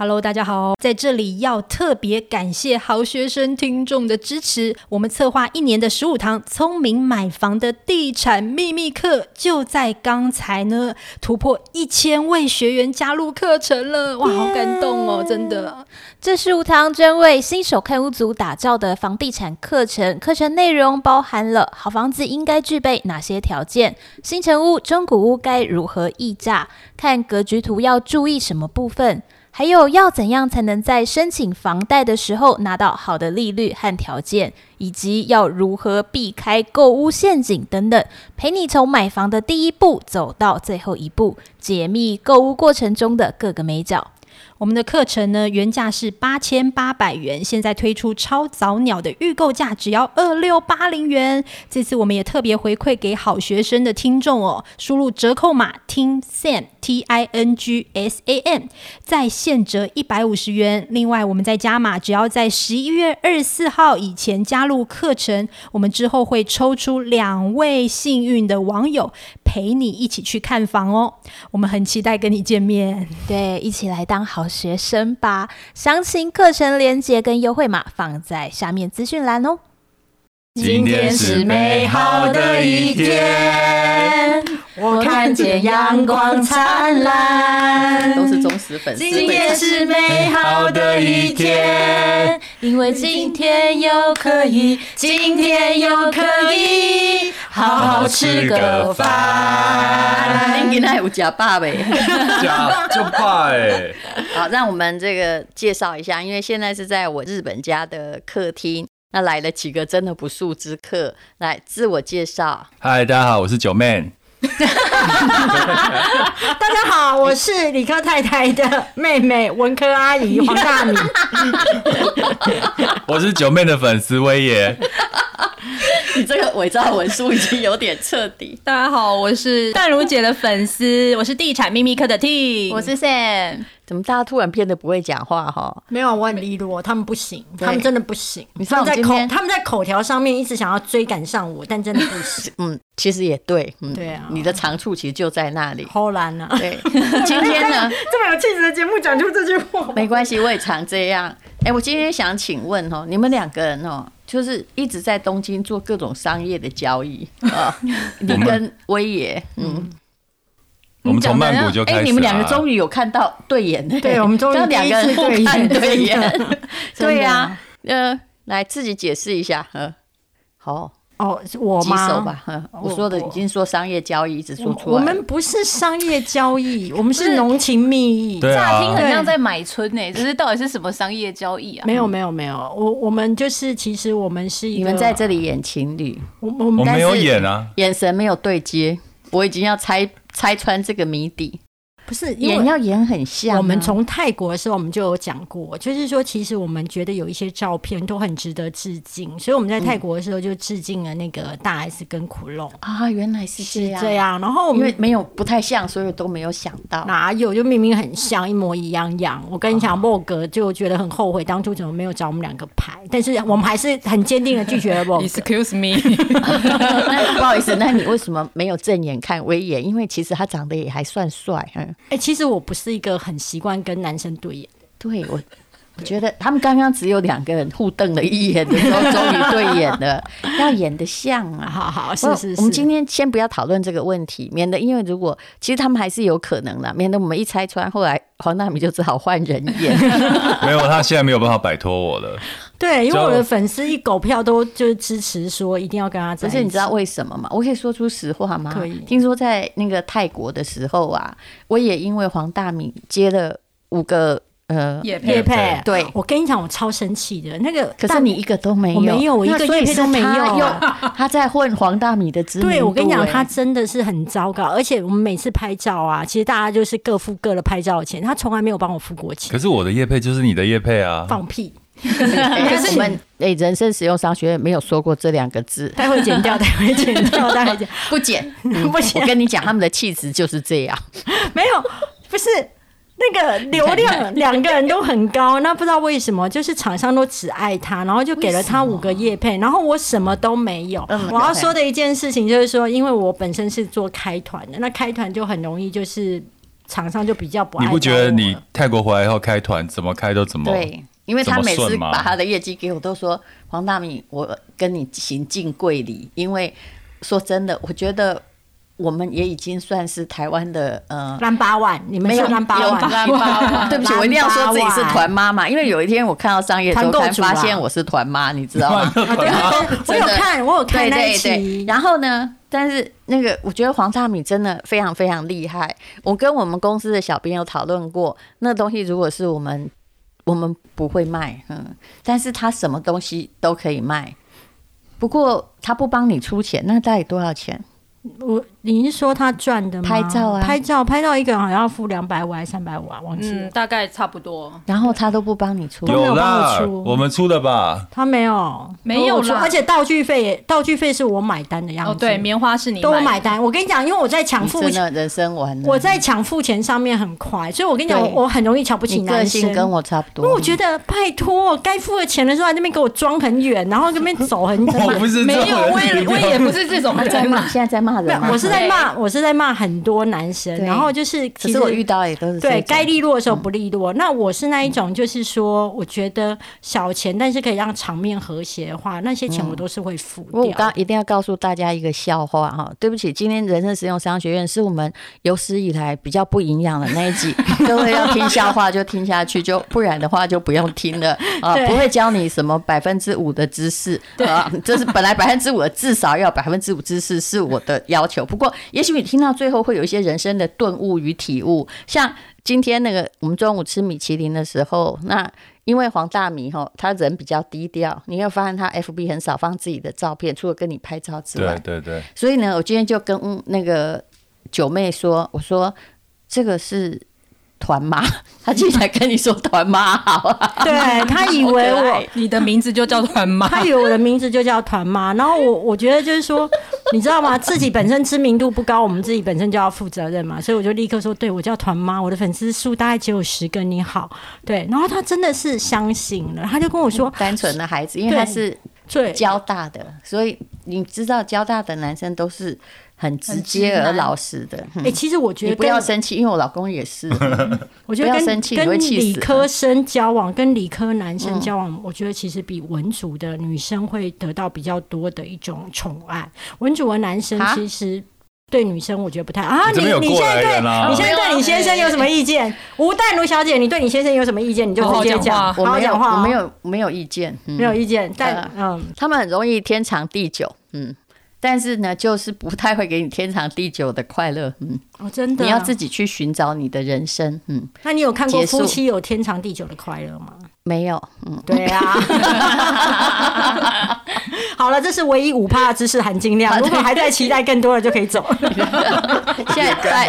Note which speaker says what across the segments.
Speaker 1: Hello，大家好，在这里要特别感谢好学生听众的支持。我们策划一年的十五堂聪明买房的地产秘密课，就在刚才呢突破一千位学员加入课程了，哇，好感动哦，真的。
Speaker 2: 这是无糖专为新手看屋族打造的房地产课程，课程内容包含了好房子应该具备哪些条件，新城屋、中古屋该如何议价，看格局图要注意什么部分，还有要怎样才能在申请房贷的时候拿到好的利率和条件，以及要如何避开购物陷阱等等，陪你从买房的第一步走到最后一步，解密购物过程中的各个美角。
Speaker 1: 我们的课程呢，原价是八千八百元，现在推出超早鸟的预购价，只要二六八零元。这次我们也特别回馈给好学生的听众哦，输入折扣码 Ting Sam T I N G S A M，再现折一百五十元。另外，我们再加码，只要在十一月二十四号以前加入课程，我们之后会抽出两位幸运的网友陪你一起去看房哦。我们很期待跟你见面。
Speaker 2: 对，一起来当好学生吧！详情、课程连结跟优惠码放在下面资讯栏哦。
Speaker 3: 今天是美好的一天，我看见阳光灿烂。
Speaker 4: 都是忠实粉丝。
Speaker 3: 今天是美好的一天，
Speaker 2: 因为今天又可以，
Speaker 3: 今天又可以好好吃个饭。
Speaker 4: 您今天有假 爸呗？
Speaker 5: 假就怕哎，
Speaker 4: 好，让我们这个介绍一下，因为现在是在我日本家的客厅，那来了几个真的不速之客，来自我介绍。
Speaker 5: 嗨，大家好，我是九妹。
Speaker 6: 大家好，我是理科太太的妹妹文科阿姨黄大 米。
Speaker 5: 我是九妹的粉丝威爷。
Speaker 4: 你这个伪造文书已经有点彻底。
Speaker 7: 大家好，我是淡如姐的粉丝，我是地产秘密课的 T，
Speaker 2: 我是 Sam。
Speaker 4: 怎么大家突然变得不会讲话哈？
Speaker 6: 没有，我很利落，他们不行，
Speaker 4: 对
Speaker 6: 他们真的不行。
Speaker 4: 你知
Speaker 6: 他
Speaker 4: 道
Speaker 6: 们在
Speaker 4: 我今
Speaker 6: 口
Speaker 4: 天，
Speaker 6: 他们在口条上面一直想要追赶上我，但真的不行。
Speaker 4: 嗯，其实也对，嗯，
Speaker 6: 对啊
Speaker 4: 你的长处其实就在那里。
Speaker 6: 偷懒啊！
Speaker 4: 对， 今天呢，
Speaker 6: 这么有气质的节目讲出这句 话，
Speaker 4: 没关系，我也常这样。哎、我今天想请问哦，你们两个人哦，就是一直在东京做各种商业的交易 啊、你跟威爷，嗯，
Speaker 5: 我们从曼谷就
Speaker 4: 哎、
Speaker 5: 开始了啊。
Speaker 4: 你们两个终于有看到对眼了，
Speaker 6: 对我 们终于
Speaker 4: 刚刚两个人互看对
Speaker 6: 第一次对 眼啊真
Speaker 4: 眼，对
Speaker 6: 真的
Speaker 4: 呀、呃，来自己解释一下，呃，好，
Speaker 6: 哦，是我
Speaker 4: 举手
Speaker 6: 吗？
Speaker 4: 吧，呃，我说的已经说商业交易，一直说出来
Speaker 6: 我们不是商业交 易，我们是浓情蜜意。
Speaker 5: 对
Speaker 7: 乍听
Speaker 5: 啊，
Speaker 7: 很像在买春呢、这是到底是什么商业交易啊？
Speaker 6: 没有没有没有，我我们就是其实我们是一
Speaker 4: 你
Speaker 6: 个，
Speaker 4: 们在这里演情侣，
Speaker 6: 我我们
Speaker 5: 我
Speaker 6: 在
Speaker 5: 没有演啊，
Speaker 4: 眼神没有对接，我已经要拆拆穿这个谜底，
Speaker 6: 不是因为
Speaker 4: 演要演很像啊、
Speaker 6: 我们从泰国的时候，我们就有讲过，就是说，其实我们觉得有一些照片都很值得致敬，所以我们在泰国的时候就致敬了那个大 S 跟苦肉，
Speaker 4: 啊，原来是这样，
Speaker 6: 这，样。然后我
Speaker 4: 因为
Speaker 6: 们
Speaker 4: 没有不太像，所以我都没有想到。
Speaker 6: 哪有就明明很像，一模一样样。我跟你讲，莫格就觉得很后悔，当初怎么没有找我们两个拍，但是我们还是很坚定的拒绝了莫格。
Speaker 7: Excuse me，
Speaker 4: 那不好意思，那你为什么没有正眼看威眼？因为其实他长得也还算帅，嗯，
Speaker 6: 哎、其实我不是一个很习惯跟男生对眼，
Speaker 4: 对我。我觉得他们刚刚只有两个人互瞪了一眼的时候，终于对眼了， 要演得像啊！
Speaker 6: 好好是
Speaker 4: 我
Speaker 6: 是是，
Speaker 4: 我们今天先不要讨论这个问题，免得因为如果其实他们还是有可能的，免得我们一拆穿，后来黄大米就只好换人 演。
Speaker 5: 没有，他现在没有办法摆脱我了。
Speaker 6: 对，因为
Speaker 5: 知道
Speaker 6: 我的粉丝一狗票都就是支持说一定要跟他
Speaker 4: 不
Speaker 6: 在一起，
Speaker 4: 是你知道为什么吗？我可以说出实话吗？
Speaker 6: 可以
Speaker 4: 听说在那个泰国的时候啊，我也因为黄大米接了五个呃，
Speaker 7: 也配
Speaker 6: 叶佩，
Speaker 4: 对
Speaker 6: 我跟你讲，我超生气的那个，
Speaker 4: 可是你一个都没有，
Speaker 6: 我没有我一个
Speaker 4: 那所以
Speaker 6: 业配都
Speaker 4: 是
Speaker 6: 没
Speaker 4: 他
Speaker 6: 有啊
Speaker 4: 用他在混黄大米的知名度、
Speaker 6: 对我跟你讲，
Speaker 4: 欸
Speaker 6: 他真的是很糟糕，而且我们每次拍照啊，其实大家就是各付各的拍照的钱，他从来没有帮我付过钱
Speaker 5: 可，是我的叶配就是你的叶配啊，
Speaker 6: 放屁，
Speaker 4: 可是我们哎，人生实用商学院没有说过这两个字，
Speaker 6: 待会剪掉，待会剪掉，待会剪，
Speaker 4: 不减。
Speaker 6: 不行
Speaker 4: 我，跟你讲，他们的气质就是这样。
Speaker 6: 没有， 不是。那个流 量，两个人都很高，那不知道为什么，就是厂商都只爱他，然后就给了他五个叶配，然后我什么都没有。
Speaker 4: 嗯
Speaker 6: 我要说的一件事情就是说，因为我本身是做开团的，那开团就很容易就是厂商就比较不爱
Speaker 3: 你
Speaker 6: 找我了。
Speaker 3: 不觉得你泰国回来以后开团怎么开都怎么？
Speaker 4: 对，因为他
Speaker 3: 怎么
Speaker 4: 每次
Speaker 3: 顺吗
Speaker 4: 把他的业绩给我，都说黄大米，我跟你行敬跪礼，因为说真的，我觉得我们也已经算是台湾的呃。
Speaker 6: 蓝八万？你们
Speaker 4: 没
Speaker 6: 是
Speaker 4: 有
Speaker 6: 蓝八
Speaker 4: 有啊
Speaker 6: 万？
Speaker 4: 蓝八 万，对不起，我一定要说自己是 团妈妈，因为有一天我看到商业周
Speaker 6: 团
Speaker 4: 刊，
Speaker 6: 购主啊
Speaker 4: 发现我是团妈，你知道 吗？
Speaker 6: 啊对对对 我有
Speaker 4: 真的
Speaker 6: 看，我有看
Speaker 4: 对
Speaker 6: 那
Speaker 4: 对
Speaker 6: 一期
Speaker 4: 对，。然后呢？但是那个，我觉得黄大米真的非常非常厉害。我跟我们公司的小编有讨论过，那东西如果是我们我们不会卖，嗯，但是他什么东西都可以卖。不过他不帮你出钱，那到底多少钱？
Speaker 6: 我你是说他赚的吗？
Speaker 4: 拍照啊
Speaker 6: 拍照拍到一个人好像要付两百五还是三百五啊？忘记了
Speaker 1: 嗯，。大概差不多。
Speaker 4: 然后他都不帮你出，
Speaker 6: 没
Speaker 3: 有
Speaker 6: 有帮我
Speaker 3: 啦，
Speaker 6: 出
Speaker 3: 我们出的吧？
Speaker 6: 他没有，
Speaker 1: 没有啦
Speaker 6: 我出而且道具费也，道具费是我买单的样子。
Speaker 1: 哦，对，棉花是你
Speaker 6: 都我买
Speaker 1: 买的，
Speaker 6: 单。我跟你讲，因为我在抢
Speaker 4: 你
Speaker 6: 付
Speaker 4: 真
Speaker 6: 钱，
Speaker 4: 的嗯人生完了。
Speaker 6: 我在抢付钱上面很快，所以我跟你讲，
Speaker 4: 对
Speaker 6: 我我很容易瞧不起
Speaker 4: 你个
Speaker 6: 男啊生。
Speaker 4: 性跟我差不
Speaker 6: 因
Speaker 4: 多，
Speaker 6: 为我觉得拜托，该付了钱的时候，在那边给我装很远，然后这边走 很远。
Speaker 3: 我不是
Speaker 1: 没
Speaker 3: 这
Speaker 1: 有，
Speaker 3: 种
Speaker 1: 我
Speaker 3: 人，
Speaker 1: 也我也不是这种
Speaker 4: 在
Speaker 1: 人啊
Speaker 4: 骂，现在在骂人吗？
Speaker 6: 我是在骂，我是在骂很多男生。
Speaker 4: 对
Speaker 6: 然后就是，
Speaker 4: 可
Speaker 6: 其
Speaker 4: 是
Speaker 6: 实
Speaker 4: 我遇到也都是
Speaker 6: 对
Speaker 4: 这种嗯
Speaker 6: 该利落的时候不利落。那我是那一种，就是说，我觉得小钱，但是可以让场面和谐的话，那些钱我都是会付
Speaker 4: 我嗯我
Speaker 6: 掉
Speaker 4: 刚
Speaker 6: 的。
Speaker 4: 一定要告诉大家一个笑话哈，对不起，今天人生实用商学院是我们有史以来比较不营养的那一 集，各位要听笑话就听下去，就不然的话就不用听了啊，
Speaker 6: 对
Speaker 4: 不会教你什么百分之五的知识啊，这是本来百分之五的至少要百分之五知识是我的要求，不过也许你听到最后会有一些人生的顿悟与体悟，像今天那个我们中午吃米其林的时候，那因为黄大米吼，他人比较低调，你会发现他 FB 很少放自己的照片，除了跟你拍照之
Speaker 3: 对
Speaker 4: 外。
Speaker 3: 对对，
Speaker 4: 所以呢，我今天就跟嗯那个九妹说，我说这个是团妈， 她竟然跟你说团妈好啊，
Speaker 6: 对他以为
Speaker 4: 好可
Speaker 6: 我
Speaker 4: 爱，
Speaker 1: 你的名字就叫团妈。
Speaker 6: 他以为我的名字就叫团妈，然后我我觉得就是说，你知道吗？ 自己本身知名度不高，我们自己本身就要负责任嘛，所以我就立刻说，对我叫团妈，我的粉丝数大概只有十个，你好，对。然后他真的是相信了，他就跟我说，
Speaker 4: 单纯的孩子，因为
Speaker 6: 对
Speaker 4: 她是
Speaker 6: 对，
Speaker 4: 交大的，所以你知道交大的男生都是很直接
Speaker 1: 很直
Speaker 4: 而
Speaker 1: 男
Speaker 4: 老实的。嗯
Speaker 6: 哎、其实我觉
Speaker 4: 你
Speaker 6: 得
Speaker 4: 不要
Speaker 6: 跟
Speaker 4: 生气，因为我老公也是。
Speaker 6: 我觉得
Speaker 4: 不要
Speaker 6: 跟
Speaker 4: 生气你
Speaker 6: 跟
Speaker 4: 会气死啊嗯
Speaker 6: 理科生交往，跟理科男生交往，我觉得其实比文组的女生会得到比较多的一种宠爱。文组的男生
Speaker 4: 啊
Speaker 6: 其实对女生，我觉得不太啊。
Speaker 3: 你这
Speaker 6: 你
Speaker 3: 边有
Speaker 6: 你
Speaker 3: 过
Speaker 6: 现
Speaker 3: 来
Speaker 6: 在对
Speaker 3: 人啊
Speaker 6: 你现在对你先生有什么意
Speaker 4: 哎
Speaker 6: 见？吴淡如小姐，你对你先生有什么意见？你就直接
Speaker 1: 好好讲话
Speaker 4: 我
Speaker 6: 好好
Speaker 4: 没有，
Speaker 6: 讲话哦，
Speaker 4: 我没有，没有意见，嗯
Speaker 6: 没有意见，但
Speaker 4: 呃
Speaker 6: 嗯，
Speaker 4: 他们很容易天长地久，嗯，但是呢，就是不太会给你天长地久的快乐，嗯，
Speaker 6: 哦，真的，
Speaker 4: 你要自。己去寻找你的人生，嗯，
Speaker 6: 那你有看过
Speaker 4: 结束
Speaker 6: 夫妻有天长地久的快乐吗？
Speaker 4: 没有， 嗯，
Speaker 6: 对啊。好了，这是唯一五趴的知识含金量。如果还在期待更多的，就可以走。
Speaker 4: 现在在。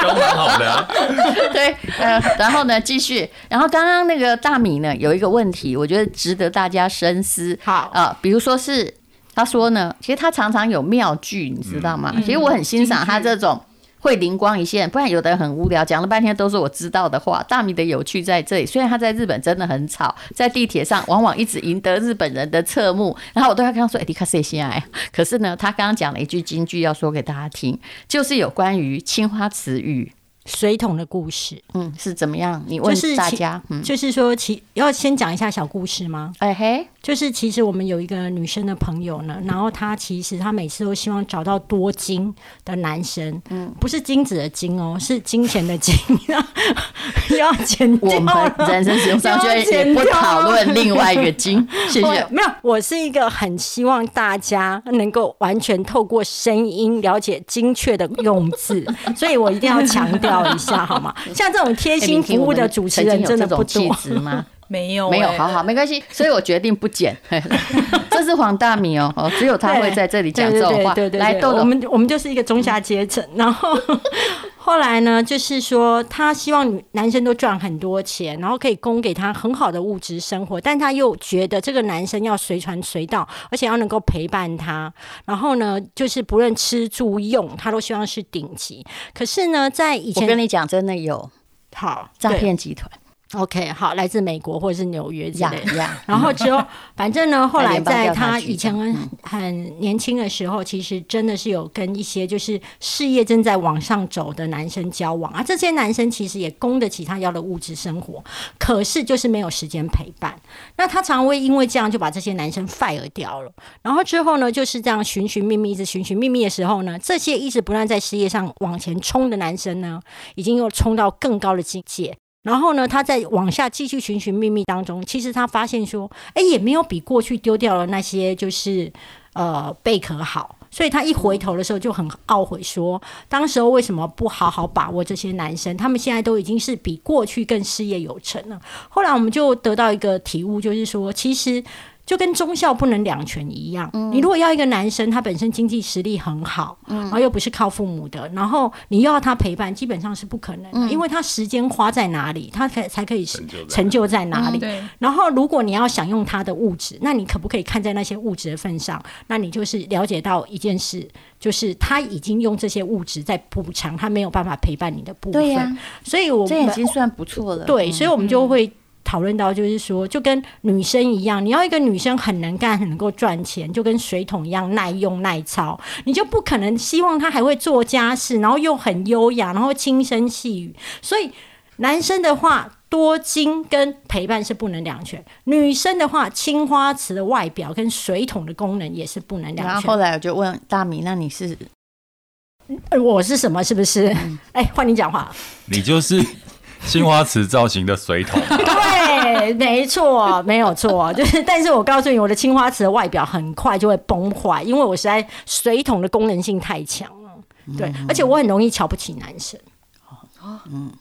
Speaker 3: 都蛮好的啊。
Speaker 4: 对，呃，然后呢，继续，然后刚刚那个大米呢，有一个问题，我觉得值得大家深思。
Speaker 6: 好
Speaker 4: 啊、比如说是他说呢，其实他常常有妙句，你知道
Speaker 6: 嗯
Speaker 4: 吗？其实我很欣赏他这种。会灵光一现，不然有的人很无聊，讲了半天都是我知道的话。大米的有趣在这里，虽然他在日本真的很吵，在地铁上往往一直赢得日本人的侧目，然后我都要跟他说：“哎、你看谁先来？”可是呢，他刚刚讲了一句金句，要说给大家听，就是有关于青花瓷语。
Speaker 6: 水桶的故事，
Speaker 4: 嗯，是怎么样？你
Speaker 6: 就
Speaker 4: 问
Speaker 6: 是
Speaker 4: 大
Speaker 6: 其
Speaker 4: 家，嗯，
Speaker 6: 就是说其要先讲一下小故事吗？
Speaker 4: 哎嘿，
Speaker 6: 就是其实我们有一个女生的朋友呢，然后她其实她每次都希望找到多金的男生，不是金子的金哦，是金钱的金， 要剪掉
Speaker 4: 我们
Speaker 6: 了
Speaker 4: 人生使用上就也
Speaker 6: 啊
Speaker 4: 不讨论另外一个经，谢
Speaker 6: 我
Speaker 4: 谢。
Speaker 6: 没有，我是一个很希望大家能够完全透过声音了解精确的用 字，所以我一定要强调一下，好吗？像这种贴
Speaker 4: 哎
Speaker 6: 心
Speaker 4: 你
Speaker 6: 服务的主持人真的不
Speaker 4: 曾经有
Speaker 6: 多
Speaker 4: 这种。气质 吗？
Speaker 1: 没有欸，
Speaker 4: 没有，好好，没关系。所以我决定不剪。嘿这是黄大米哦，哦，只有他会在这里讲这种话
Speaker 6: 对对对对对。对
Speaker 4: 来，豆
Speaker 6: 我
Speaker 4: 豆，
Speaker 6: 们我们就是一个中下阶层。然后 后来呢，就是说他希望女男生都赚很多钱，然后可以供给他很好的物质生活，但他又觉得这个男生要随传随到，而且要能够陪伴他。然后呢，就是不论吃住用，他都希望是顶级。可是呢，在以
Speaker 4: 我
Speaker 6: 前
Speaker 4: 跟你讲，真的有
Speaker 6: 好
Speaker 4: 诈
Speaker 6: 对
Speaker 4: 骗集团，
Speaker 6: OK，好，来自美国或者是纽约之
Speaker 4: 呀
Speaker 6: 类的。
Speaker 4: 呀，
Speaker 6: 然后之后，反 正呢，后来
Speaker 4: 联邦
Speaker 6: 在
Speaker 4: 调查
Speaker 6: 他
Speaker 4: 局嗯
Speaker 6: 以前
Speaker 4: 长
Speaker 6: 很很年轻的时候，其实真的是有跟一些就是事业正在往上走的男生交往啊。这些男生其实也供得起他要的物质生活，可是就是没有时间陪伴。那他常会因为这样就把这些男生 fire 掉了。然后之后呢，就是这样寻寻觅觅，一直寻寻觅觅的时候呢，这些一直不断在事业上往前冲的男生呢，已经又冲到更高的境界。然后呢，他在往下继续寻寻觅觅当中，其实他发现说，哎，也没有比过去丢掉了那些就是呃贝壳好。所以他一回头的时候就很懊悔说，当时候为什么不好好把握这些男生？他们现在都已经是比过去更事业有成了。后来我们就得到一个体悟，就是说，其实就跟忠孝不能两全一样。你如果要一个男生，他本身经济实力很好，然后又不是靠父母的，然后你又要他陪伴，基本上是不可能的，因为他时间花在哪里，他才才可以
Speaker 3: 成就在哪里
Speaker 6: 成就在哪里。
Speaker 1: 对，
Speaker 6: 然后，如果你要享用它的物质，那你可不可以看在那些物质的份上？那你就是了解到一件事，就是他已经用这些物质在补偿他没有办法陪伴你的部分。
Speaker 4: 对呀
Speaker 6: 所以我
Speaker 4: 这已
Speaker 6: 们
Speaker 4: 经算不错了。
Speaker 6: 啊对，
Speaker 4: 嗯
Speaker 6: 所以我们就会讨论到，就是说，就跟女生一样，你要一个女生很能干、很能够赚钱，就跟水桶一样耐用耐操，你就不可能希望她还会做家事，然后又很优雅，然后轻声细语。所以男生的话。多金跟陪伴是不能两全，女生的话，青花瓷的外表跟水桶的功能也是不能
Speaker 4: 然
Speaker 6: 两
Speaker 4: 后
Speaker 6: 全
Speaker 4: 后。来我就问大米，那你是
Speaker 6: 呃我是什么？是不是？
Speaker 4: 嗯
Speaker 6: 哎、换你讲话。
Speaker 3: 你就是青花瓷造型的水桶，
Speaker 6: 对，没错，没有错，就是，但是我告诉你，我的青花瓷的外表很快就会崩坏，因为我实在水桶的功能性太强了。对，
Speaker 4: 嗯
Speaker 6: 而且我很容易瞧不起男生，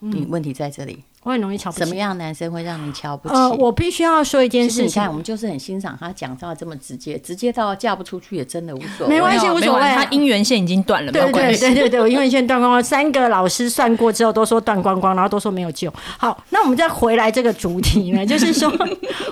Speaker 4: 你问题在这里，
Speaker 6: 我很容易瞧嗯啊不起。
Speaker 4: 什么？样的男生会让你瞧不起？
Speaker 6: 呃，我必须要说一件
Speaker 4: 其实
Speaker 6: 事
Speaker 4: 你
Speaker 6: 情
Speaker 4: 看，我。们就是很欣赏他讲到这么直接，直接到嫁不出去也真的无所
Speaker 6: 没
Speaker 4: 谓。
Speaker 6: 关系，无
Speaker 1: 没
Speaker 6: 所
Speaker 1: 有
Speaker 6: 谓啊。
Speaker 1: 他姻缘线已经断了，没
Speaker 6: 对
Speaker 1: 有关
Speaker 6: 对
Speaker 1: 系。
Speaker 6: 对对对，我因为现在断光光，三个老师算过之后都说断光光，然后都说没有救。好，那我们再回来这个主 题呢，就是说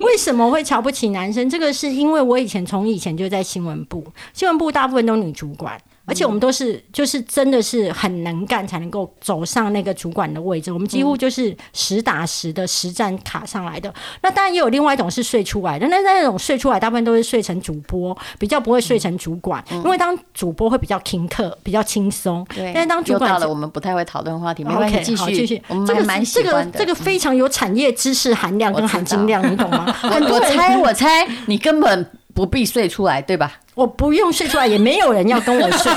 Speaker 6: 为什么会瞧不起男生？这个是因为我以前从以前就在新闻部，新闻部大部分都女主管。
Speaker 4: 嗯
Speaker 6: 而且我们都是，就是真的是很能干，才能够走上那个主管的位置。我们几乎就是实打实的实战卡上来的。那当然也有另外一种是睡出来的，那那种睡出来大部分都是睡成主播，比较不会睡成主管，因为当主播会比较听课，比较轻松。
Speaker 4: 嗯对，
Speaker 6: 但是当主
Speaker 4: 又到
Speaker 6: 管
Speaker 4: 了我们不太会讨论的话题，没关系，
Speaker 6: OK，好
Speaker 4: 继
Speaker 6: 继续
Speaker 4: 我们
Speaker 6: 这
Speaker 4: 还
Speaker 6: 个
Speaker 4: 蛮
Speaker 6: 是这
Speaker 4: 喜
Speaker 6: 个
Speaker 4: 欢的。
Speaker 6: 这个非常有产业知识含量跟含金量，你懂吗？很
Speaker 4: 我
Speaker 6: 多
Speaker 4: 我
Speaker 6: 人
Speaker 4: 猜我猜你根本不必睡出来，对吧？
Speaker 6: 我不用睡出来，也没有人要跟我 睡，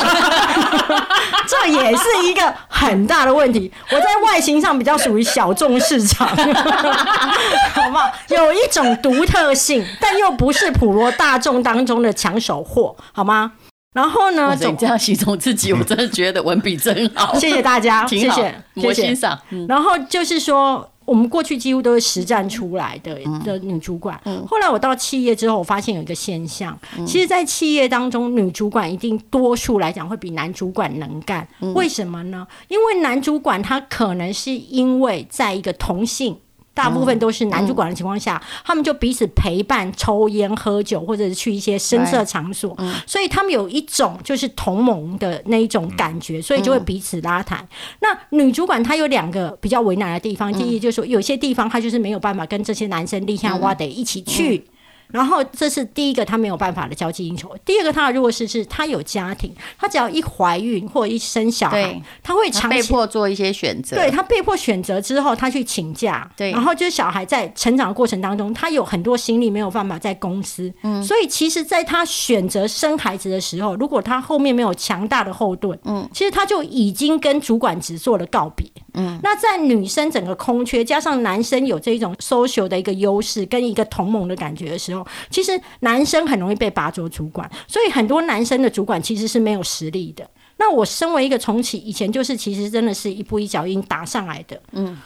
Speaker 6: 这也是一个很大的问题。我在外形上比较属于小众 市场，好不好？有一种独特性，但又不是普罗大众当中的抢手货，好吗？然后呢，
Speaker 4: 哇塞，
Speaker 6: 总
Speaker 4: 你这样形容自 己，我真的觉得文笔真好，
Speaker 6: 谢谢大家，谢
Speaker 4: 挺好，
Speaker 6: 谢，谢
Speaker 4: 我欣
Speaker 6: 谢。
Speaker 4: 赏。嗯
Speaker 6: 然后就是说，我们过去几乎都是实战出来的、的女主管。后来我到企业之后，我发现有一个现象，其实，在企业当中，女主管一定多数来讲会比男主管能干。为什么呢？因为男主管他可能是因为在一个同性。大部
Speaker 4: 嗯
Speaker 6: 分都是男主管的情况下，他们就彼此陪伴、抽烟、喝酒，或者是去一些深色场所，所以他们有一种就是同盟的那一种感
Speaker 4: 嗯
Speaker 6: 觉，所以就会彼此拉抬。那女主管她有两个比较为难的地
Speaker 4: 嗯
Speaker 6: 方，第一就是说有些地方她就是没有办法跟这些男生立下
Speaker 4: 嗯
Speaker 6: 哇得一起去。然后这是第一个她没有办法的交际应酬，第二个她的弱势是她有家庭，她只要一怀孕或一生小孩
Speaker 4: 对，
Speaker 6: 她会
Speaker 4: 他
Speaker 6: 长
Speaker 4: 被
Speaker 6: 期
Speaker 4: 迫做一些选择，
Speaker 6: 对，他被迫选择之后，他去请假，
Speaker 4: 对
Speaker 6: 然后就是小孩在成长的过程当中，他有很多心力没有办法在公司，嗯，所以其实，在他选择生孩子的时候，如果他后面没有强大的后盾，嗯，其实他就已经跟主管职做了告别，嗯，那在女生整个空缺，加上男生有这种 social 的一个优势跟一个同盟的感觉的时候，其实男生很容易被拔擢主管，所以很多男生的主管其实是没有实力的。那我身为一个重启，以前就是其实真的是一步一脚印打上来的，嗯，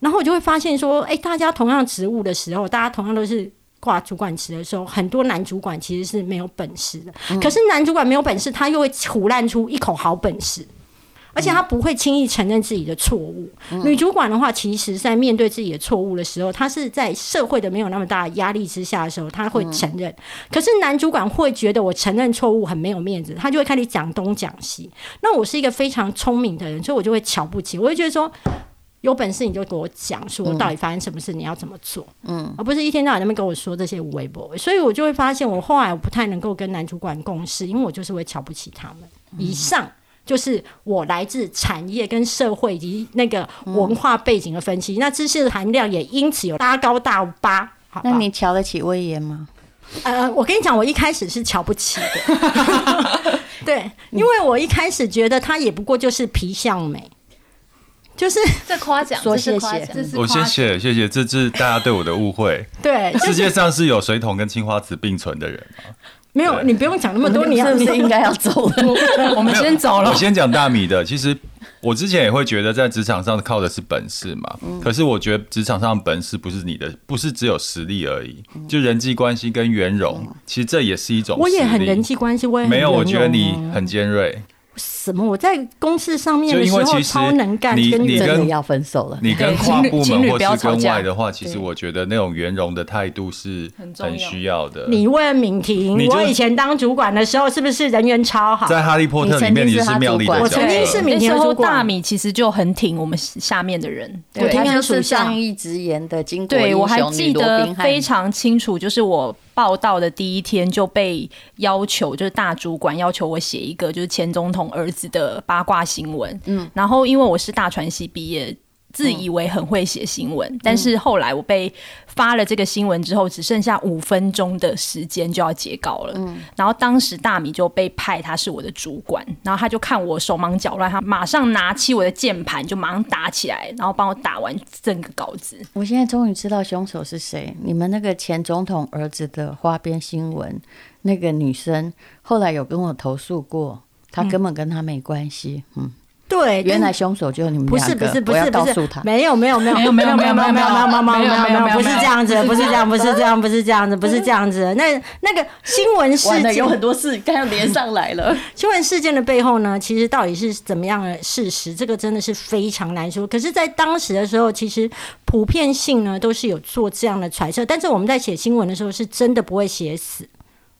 Speaker 6: 然后我就会发现说，哎、大家同样职务的时候，大家同样都是。挂主管职的时候，很多男主管其实是没有本事的。可是男主管没有本事，他又会胡烂出一口好本事，而且他不会轻易承认自己的错误。女主管的话，其实在面对自己的错误的时候，她是在社会的没有那么大的压力之下的时候，她会承认。可是男主管会觉得我承认错误很没有面子，他就会开始讲东讲西。那我是一个非常聪明的人，所以我就会瞧不起，我就觉得说。有本事你就给我讲说到底发生什么事，你要怎么做，嗯，而不是一天到晚在那边跟我说这些无微不微。所以我就会发现，我后来我不太能够跟男主管共事，因为我就是会瞧不起他们。
Speaker 4: 嗯
Speaker 6: 以上。就是我来自产业跟社会以及那个文化背景的分析，那知识含量也因此有拉高大八。好吧
Speaker 4: 那你瞧得起威严吗？
Speaker 6: 呃，我跟你讲，我一开始是瞧不起的， 对，因为我一开始觉得他也不过就是皮相美，就是
Speaker 2: 这夸奖，
Speaker 4: 说
Speaker 2: 这是
Speaker 4: 谢
Speaker 2: 夸
Speaker 4: 谢
Speaker 2: 奖，这是
Speaker 3: 我
Speaker 2: 夸
Speaker 3: 谢
Speaker 2: 奖。
Speaker 3: 谢谢谢，这是大家对我的 误会。
Speaker 6: 对，就
Speaker 3: 世界上是有水桶跟青花瓷并存的人吗。
Speaker 6: 没有你不用讲那么多，你要
Speaker 4: 是不
Speaker 6: 你
Speaker 4: 是应该要走了？
Speaker 1: 我们先走了
Speaker 3: 我。先讲大米的，其实我之前也会觉得在职场上靠的是本事嘛，
Speaker 1: 嗯
Speaker 3: 可是我觉得职场上的本事不是你的，不是只有实力而已，
Speaker 1: 嗯
Speaker 3: 就人际关系跟圆融，其实这也是一种。
Speaker 6: 我也很人。际关系，我
Speaker 1: 啊
Speaker 6: 也很
Speaker 3: 没有，我觉得
Speaker 6: 圆融
Speaker 3: 你
Speaker 6: 哦
Speaker 3: 很尖锐，
Speaker 6: 什么？我在公司上面
Speaker 3: 就
Speaker 6: 的时
Speaker 3: 因为
Speaker 6: 候
Speaker 3: 其实
Speaker 6: 超能干，
Speaker 3: 你
Speaker 6: 跟
Speaker 3: 你
Speaker 4: 真
Speaker 3: 跟
Speaker 4: 的要分手了。
Speaker 3: 你 跟
Speaker 1: 对
Speaker 3: 跨
Speaker 1: 情侣
Speaker 3: 部
Speaker 1: 情
Speaker 3: 门
Speaker 1: 侣
Speaker 3: 或
Speaker 1: 不要
Speaker 3: 是
Speaker 1: 吵
Speaker 3: 跟
Speaker 1: 架
Speaker 3: 外的话，其实我觉得那种圆融的态度是
Speaker 1: 很重要
Speaker 3: 很需要的。
Speaker 6: 你问敏婷，
Speaker 3: 你就
Speaker 6: 我以前当主管的时候是不是人缘超好？
Speaker 3: 在《哈利波特》里面，
Speaker 4: 你曾经
Speaker 3: 你
Speaker 4: 是他
Speaker 3: 是妙丽的
Speaker 4: 主管
Speaker 3: 角
Speaker 6: 我
Speaker 3: 色，
Speaker 6: 曾经是敏
Speaker 1: 啊那
Speaker 6: 婷
Speaker 1: 时
Speaker 6: 的
Speaker 1: 候
Speaker 6: 主
Speaker 1: 大
Speaker 6: 管，
Speaker 1: 米其实就很挺我们下面的人，
Speaker 6: 我听
Speaker 4: 他
Speaker 6: 他
Speaker 4: 就
Speaker 6: 属
Speaker 4: 是
Speaker 6: 下
Speaker 4: 上一只言的巾帼英
Speaker 1: 对，
Speaker 4: 雄
Speaker 1: 我还记
Speaker 4: 女
Speaker 1: 得
Speaker 4: 罗宾汉
Speaker 1: 非常清楚，就是我报道的第一天就被要求，就是大主管要求我写一个就是前总统儿子的八卦新闻。嗯，然后因为我是大传系毕业。自
Speaker 4: 嗯
Speaker 1: 以为很会写新闻，但是后来我被发了这个新闻之后，只剩下五分钟的时间就要截稿了。
Speaker 4: 嗯
Speaker 1: 然后当时大米就被派他是我的主管，然后他就看我手忙脚乱，他马上拿起我的键盘就马上打起来，然后帮我打完整个稿子。
Speaker 4: 我现在终于知道凶手是谁。你们那个前总统儿子的花边新闻，那个女生后来有跟我投诉过，她根本跟他没关系。嗯，
Speaker 6: 对，
Speaker 4: 原来凶手就是你们
Speaker 6: 不
Speaker 4: 两
Speaker 6: 是
Speaker 4: 个，
Speaker 6: 不是不
Speaker 4: 我
Speaker 6: 是
Speaker 4: 要
Speaker 6: 不
Speaker 4: 告
Speaker 6: 是
Speaker 4: 诉他，。
Speaker 6: 没有没有没有
Speaker 1: 没有没有
Speaker 6: 没有
Speaker 1: 没有
Speaker 6: 没有没有没有没有没有，不是这样子，不是这样，不是这样，不是这样子，不是这样子。那那个新闻事
Speaker 4: 完了，
Speaker 6: 件
Speaker 4: 有很多 事刚要连上来了。
Speaker 6: 新闻事件的背后呢，其实到底是怎么样的事实，这个真的是非常难说。可是，在当时的时候，其实普遍性呢都是有做这样的揣测，但是我们在写新闻的时候，是真的不会写死，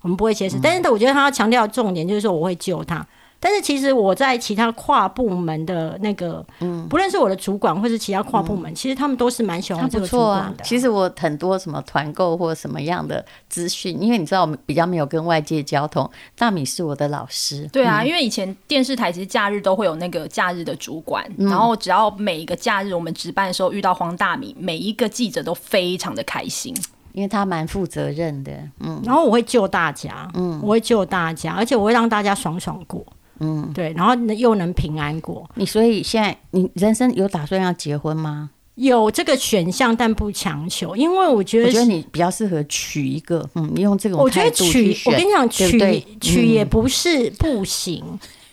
Speaker 6: 我们不会写
Speaker 4: 嗯
Speaker 6: 死。但是，我觉得他要强调的重点就是说，我会救他。但是其实我在其他跨部门的那个，
Speaker 4: 嗯
Speaker 6: 不论是我的主管或是其他跨部门，其实他们都是蛮喜欢
Speaker 4: 他
Speaker 6: 我这
Speaker 4: 不
Speaker 6: 个主
Speaker 4: 错
Speaker 6: 管
Speaker 4: 啊
Speaker 6: 的。。
Speaker 4: 其实我很多什么团购或什么样的资讯，因为你知道我们比较没有跟外界交通。大米是我的老师，
Speaker 1: 对啊，因为以前电视台其实假日都会有那个假日的主管，
Speaker 4: 嗯
Speaker 1: 然后只要每一个假日我们值班的时候遇到黄大米，每一个记者都非常的开心。
Speaker 4: 因为他蛮负责任的。嗯，
Speaker 6: 然后我会救大家，嗯，我会救大家，而且我会让大家爽爽过，嗯，对，然后又能平安过。
Speaker 4: 你所以现在你人生有打算要结婚吗？
Speaker 6: 有这个选项，但不强求，因为我觉得，
Speaker 4: 我觉得你比较适合娶一个，嗯，你用这种
Speaker 6: 我觉
Speaker 4: 态
Speaker 6: 得
Speaker 4: 度去
Speaker 6: 娶，
Speaker 4: 选，
Speaker 6: 我跟你讲，
Speaker 4: 对
Speaker 6: 娶
Speaker 4: 不对
Speaker 6: 娶也不是不行，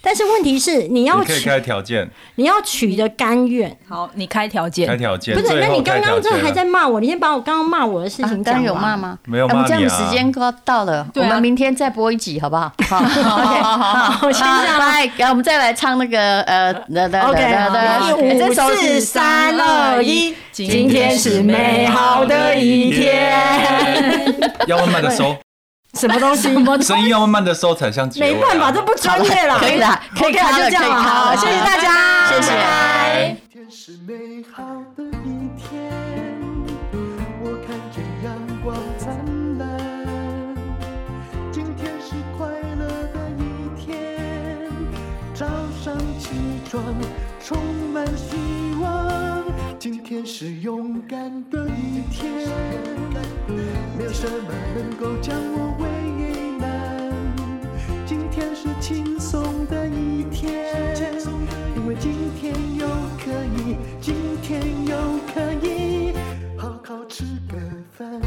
Speaker 6: 但是问题是你要
Speaker 3: 你可以
Speaker 6: 娶，
Speaker 3: 开条件，
Speaker 6: 你要娶的甘愿。
Speaker 1: 好，你开条
Speaker 3: 开
Speaker 1: 件，
Speaker 3: 条件。
Speaker 6: 不是，
Speaker 3: 最
Speaker 6: 那
Speaker 3: 后
Speaker 6: 你刚
Speaker 3: 开条
Speaker 6: 刚这
Speaker 3: 件啊
Speaker 6: 还在骂我，你先把我刚刚骂我的事
Speaker 4: 啊
Speaker 6: 情
Speaker 4: 刚
Speaker 6: 讲
Speaker 4: 刚有
Speaker 6: 完
Speaker 4: 骂吗？
Speaker 3: 没有
Speaker 4: 啊我
Speaker 3: 骂
Speaker 4: 们这样
Speaker 3: 你啊
Speaker 4: 时间快要到了，我
Speaker 1: 对啊
Speaker 4: 们明天再播一集好不好？好，OK，好好好，
Speaker 6: 先这样
Speaker 4: 拜，然后我们再来唱那个呃，哒哒
Speaker 6: OK，
Speaker 4: 哒哒
Speaker 6: 好
Speaker 4: 哎这首
Speaker 6: 五四
Speaker 4: 是
Speaker 6: 三二一，
Speaker 1: 今
Speaker 3: 天是美好的一
Speaker 6: 天，
Speaker 3: 要慢慢的收，
Speaker 6: 什么东西？
Speaker 3: 声音要慢慢的收才像结尾啊。
Speaker 6: 没办法，这不专业啦。
Speaker 4: 可以啦，可以
Speaker 6: OK
Speaker 4: 卡
Speaker 6: 啦，
Speaker 4: 了，可
Speaker 6: 就这样
Speaker 4: 以
Speaker 6: 啦
Speaker 4: 卡
Speaker 6: 好，
Speaker 4: 了，
Speaker 6: 谢谢大家，
Speaker 4: 谢谢。
Speaker 3: 哎
Speaker 8: 今天是美好的一天，我看见阳光灿烂。今天是快乐的一天，早上起床充满希望。今天是勇敢的一天，没有什么能够将我为难。今天是轻松的一天，因为今天又可以，今天又可以好好吃个饭。